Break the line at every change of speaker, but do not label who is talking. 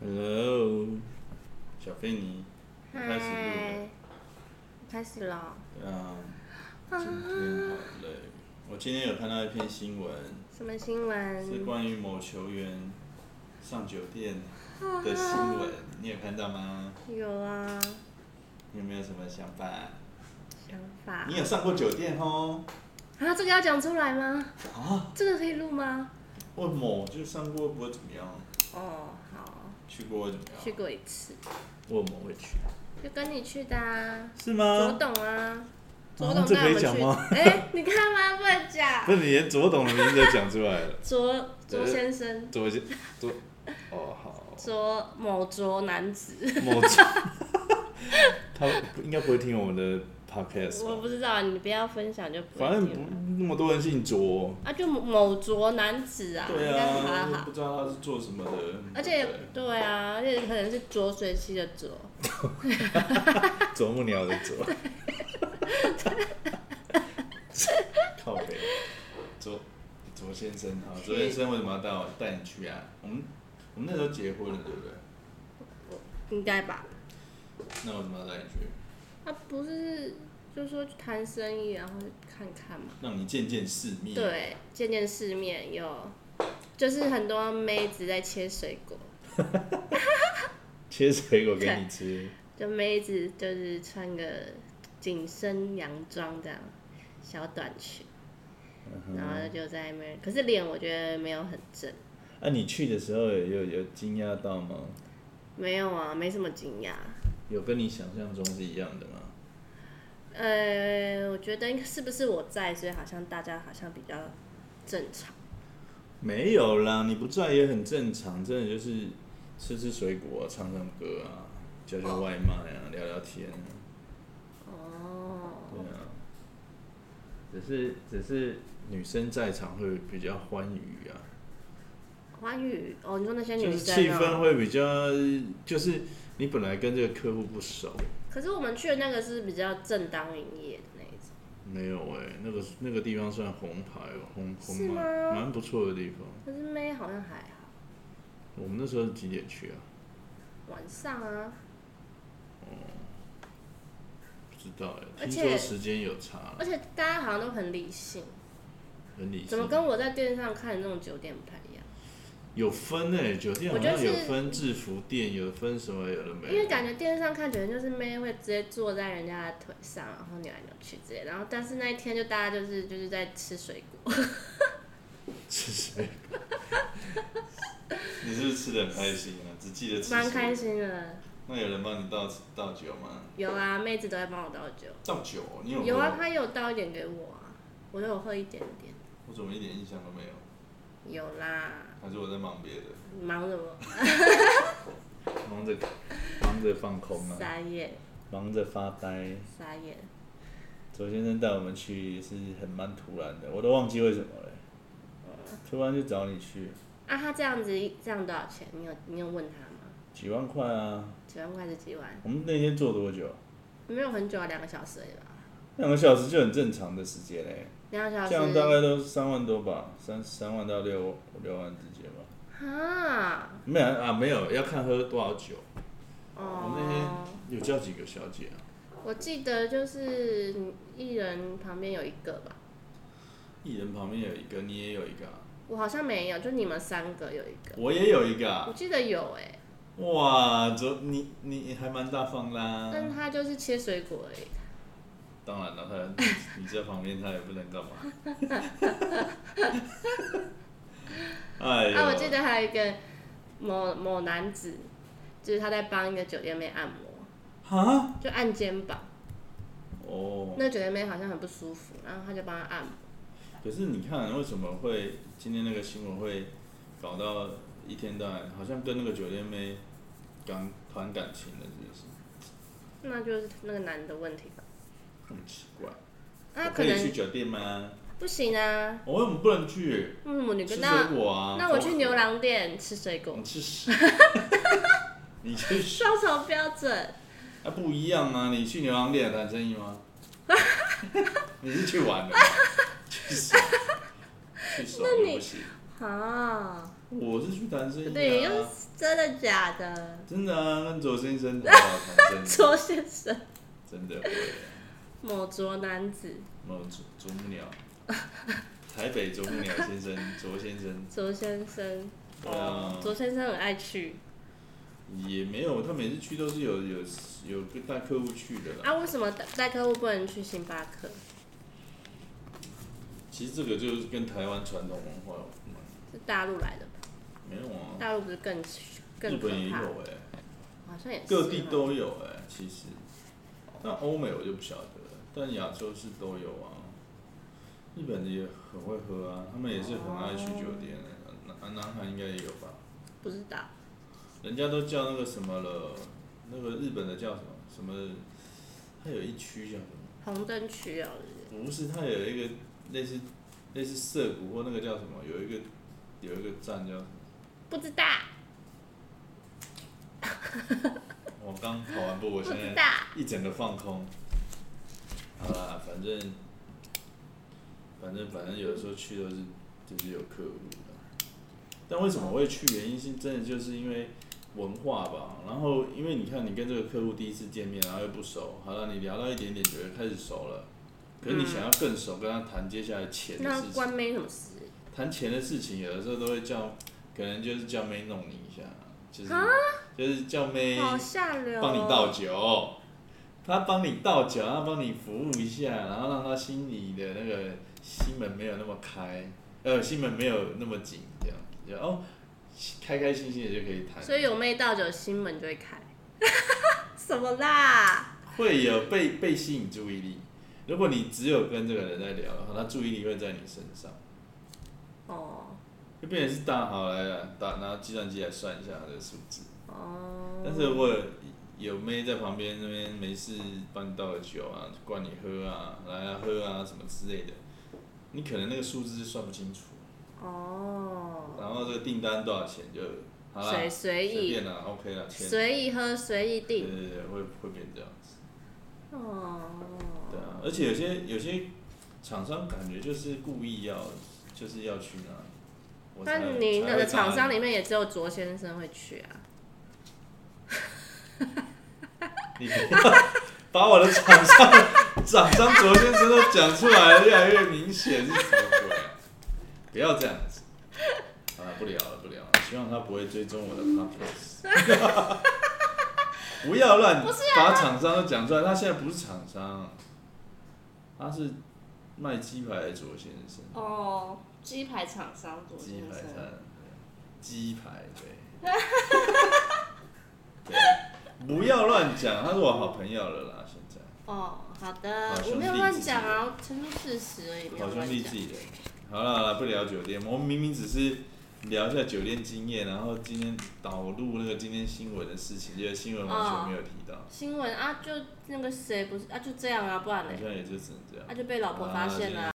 Hello，小菲尼，开始录
嗨
了，
开始了。
对啊，今天好累。我今天有看到一篇新闻，
什么新
是
闻？
关于某球员上酒店的新闻，你有看到吗？
啊有啊，
你有没有什么想法？
想法
你有上过酒店哦？
啊？这个要讲出来吗？
啊，
这个可以录吗？
我某就上过，不会怎么样，
哦，好，
去过会怎么
去
样？
过一次，
我某会去，
就跟你去的啊，
是
左
吗？
董啊，左
啊
董
这
带
可
我
以
们
讲
去
吗。
哎、你看吗？不能讲
不。是，你连左董的名字都讲出来 了，
卓卓先生，
左左，哦 好。
卓某卓男子，
某 种，他应该不会听我们的 podcast
我
吧？
不知道，你不要分享就不
反
会
正
听
不
了
那么多人姓卓。
啊，就某某卓男子啊，
对
应该是
啊
他，好
不。知道他是做什么的。
而且对啊，而且可能是浊水溪的浊，
啄木鸟的啄，靠北，卓卓先生啊，卓先生为什么要带我带你去啊？我们我们那时候结婚了，对不对？
应该吧？
那我怎么要带你去？
他不是就说去谈生意，然后看看嘛。
让你见见世面。，
对，见见世面，有就是很多妹子在切水果，
切水果给你吃。
就妹子就是穿个紧身洋装这样，小短裙，然后就在那边，可是脸我觉得没有很正，
啊，你去的时候有有有惊讶到吗？
没有啊，没什么惊讶。
有跟你想象中是一样的吗？
呃，我觉得是不是我在，所以好像大家好像比较正常。
没有啦，你不在也很正常，真的就是吃吃水果、啊、唱唱歌啊，叫叫外卖啊，聊聊天、啊，对
哦，
啊。只是只是女生在场会比较欢愉啊，
欢愉哦，你说那些
就
女
是
生、
气氛
哦，
会比较，就是你本来跟这个客户不熟，
可是我们去的那个是比较正当营业的那一种，
没有哎、那个那个地方算红牌哦，红红
是吗
蛮蛮不错的地方。
可是妹好像还好，
我们那时候几点去啊？
晚上啊，
不知道哎、
而
听
且
说时间有差，
而且大家好像都很理性，
很理性。
怎么跟我在电视上看的那种酒店不太一样？
有分诶、酒店好
我觉得
像有
是
分制服店，有分什么有的没有。
因为感觉电视上看，酒店就是妹会直接坐在人家的腿上，然后扭来扭去之类，然后但是那一天就大家就是就是在吃水 果，
吃水果，你是不是吃的很开心啊？只记得吃。
蛮开。心的。
那有人帮你倒倒酒吗？
有啊，妹子都会帮我倒酒。
倒酒，你有喝
有啊，她有倒一点给我啊，我都有喝一点点。
我怎么一点印象都没有？
有啦，
还是我在忙别的？
你忙什么？
忙着忙着放空啊，
撒野，
忙着发呆。
撒野。
左先生带我们去也是很蛮突然的，我都忘记为什么了。
哦
突然就找你去，
啊，他这样子这样多少钱？你有你有问他吗？
几万块啊！
几万块是几万？
我们那天坐多久？
没有很久啊，两个小时而已吧。
两个小时就很正常的时间嘞、欸
两个小
这样大
时。
概都三万多吧，三三万到六六万之间吧。
啊，
没有啊，没有，要看喝多少酒。我那天
哦。
有叫几个小姐啊，
我记得就是一人旁边有一个吧，
艺人旁边有一个，你也有一个、啊，
我好像没有，就你们三个有一个，
我也有一个、啊
我。记得有哎、
哇，这你你还蛮大方啦。
但他就是切水果而已。
当然了，他你在旁边，他也不能干嘛。 哎呦，
啊，我记得还有一个某某男子，就是他在帮一个酒店妹按摩，
啊，
就按肩膀，
哦，
那酒店妹好像很不舒服，然后他就帮她按摩。
可是你看，为什么会今天那个新闻会搞到一天到晚，好像跟那个酒店妹感谈感情了，是不是？
那就是那个男的问题吧？
很奇怪。
那
我
可
可以去
能
酒店吗？
不行啊。
我为什么不能去？
为什么你
吃
跟
水
那
果嗯啊。
那我去牛。郎店吃水果
你，吃屎。你去屎。
双重标准。
那不一样啊！你去牛郎店有谈生意吗？ 你是去玩的吗，去死，去爽啊
那
也
你
不行。
啊，
我是去谈生意、啊，
对，又是真的假的？
真的啊，跟左先生好不好谈生意？
卓先生，
真的会啊，
某卓男子，
某啄啄木 鸟，台北啄木鸟先生，卓先生，
卓先生，
对啊
卓先生很爱去
也没有，他每次去都是有有有带客户去的啦。
啊。为什么带带客户不能去星巴克？
其实这个就是跟台湾传统文化有关，
是大陆来的吧？
没有啊，
大陆不是更
日
更可
本也有
怕？
哎、
好像也是
各地
哈
都有哎、其实，但欧美我就不晓得了，但亚洲是都有啊。日本的也很会喝啊，他们也是很爱去酒店的、南南韩应该也有吧？
不知道。
人家都叫那个什么了，那个日本的叫什么什么，它有一区叫什么？
红灯区哦，
不是，它有一个类似类似涩谷或那个叫什么，有一个有一个站叫什么？
不知道，
我刚跑完步，
不
我现
知
在
道。
一整个放空。好啦，反正反正反正有的时候去都是就是有客户的，但为什么会去？原因是真的就是因为文化吧。然后因为你看你跟这个客户第一次见面，然后又不熟，好了，你聊到一点点觉得开始熟了，可是你想要更熟，跟他谈接下来钱的
那
事情，
关妹什么事？
谈钱的事情，有的时候都会叫，可能就是叫妹弄你一下，就是就是叫妹。
好下流、
哎
哦。
帮你倒酒，他帮你倒酒，他帮你服务一下，然后让他心里的那个心门没有那么开，呃，心门没有那么紧，这样子，就哦，开开心心的就可以谈。
所以有妹倒酒，心门就会开。 什么啦？
会有被被吸引注意力。如果你只有跟这个人在聊的话，他注意力会在你身上，
哦
就变成是大好来了，打拿计算机来算一下他的数字。
哦。
但是如果有妹在旁边那边没事帮你倒个酒啊，灌你喝啊，来啊喝啊什么之类的，你可能那个数字就算不清楚，
哦，
然后这个订单多少钱就好啦，
嗯随
随
随意
便啦，OK 啦，签，
随意喝随意
对
订。
对对，会会变这样子，对
哦。
啊，而且有些有些厂商感觉就是故意要就是要去那里，我才
但你那个厂商
才会
里面也只有卓先生会去啊。
你不要把我的厂商厂商 昨天真的讲出来了，越来越明显是什么鬼、啊？不要这样子。好了，不聊了，不聊了。希望他不会追踪我的 podcast。不要乱把厂商都讲出来，他现在不是厂商，他是卖鸡排的卓先生，
哦，鸡排厂商卓
鸡排
生
餐，对鸡排对。对不要乱讲，他是我好朋友了啦，现在。
哦，好的
好，
我没
兄
有
弟
乱
自己
讲啊，陈述事实而已，没有
好兄
乱
弟
讲
自。己人。好了好了，不聊酒店，我们明明只是聊一下酒店经验，然后今天导入那个今天新闻的事情，这个新闻完全没有提到，
新闻啊，就那个谁不是啊，就这样啊，不然
好
嘞，
像也就只能这样。
他、就被老婆发现了啊、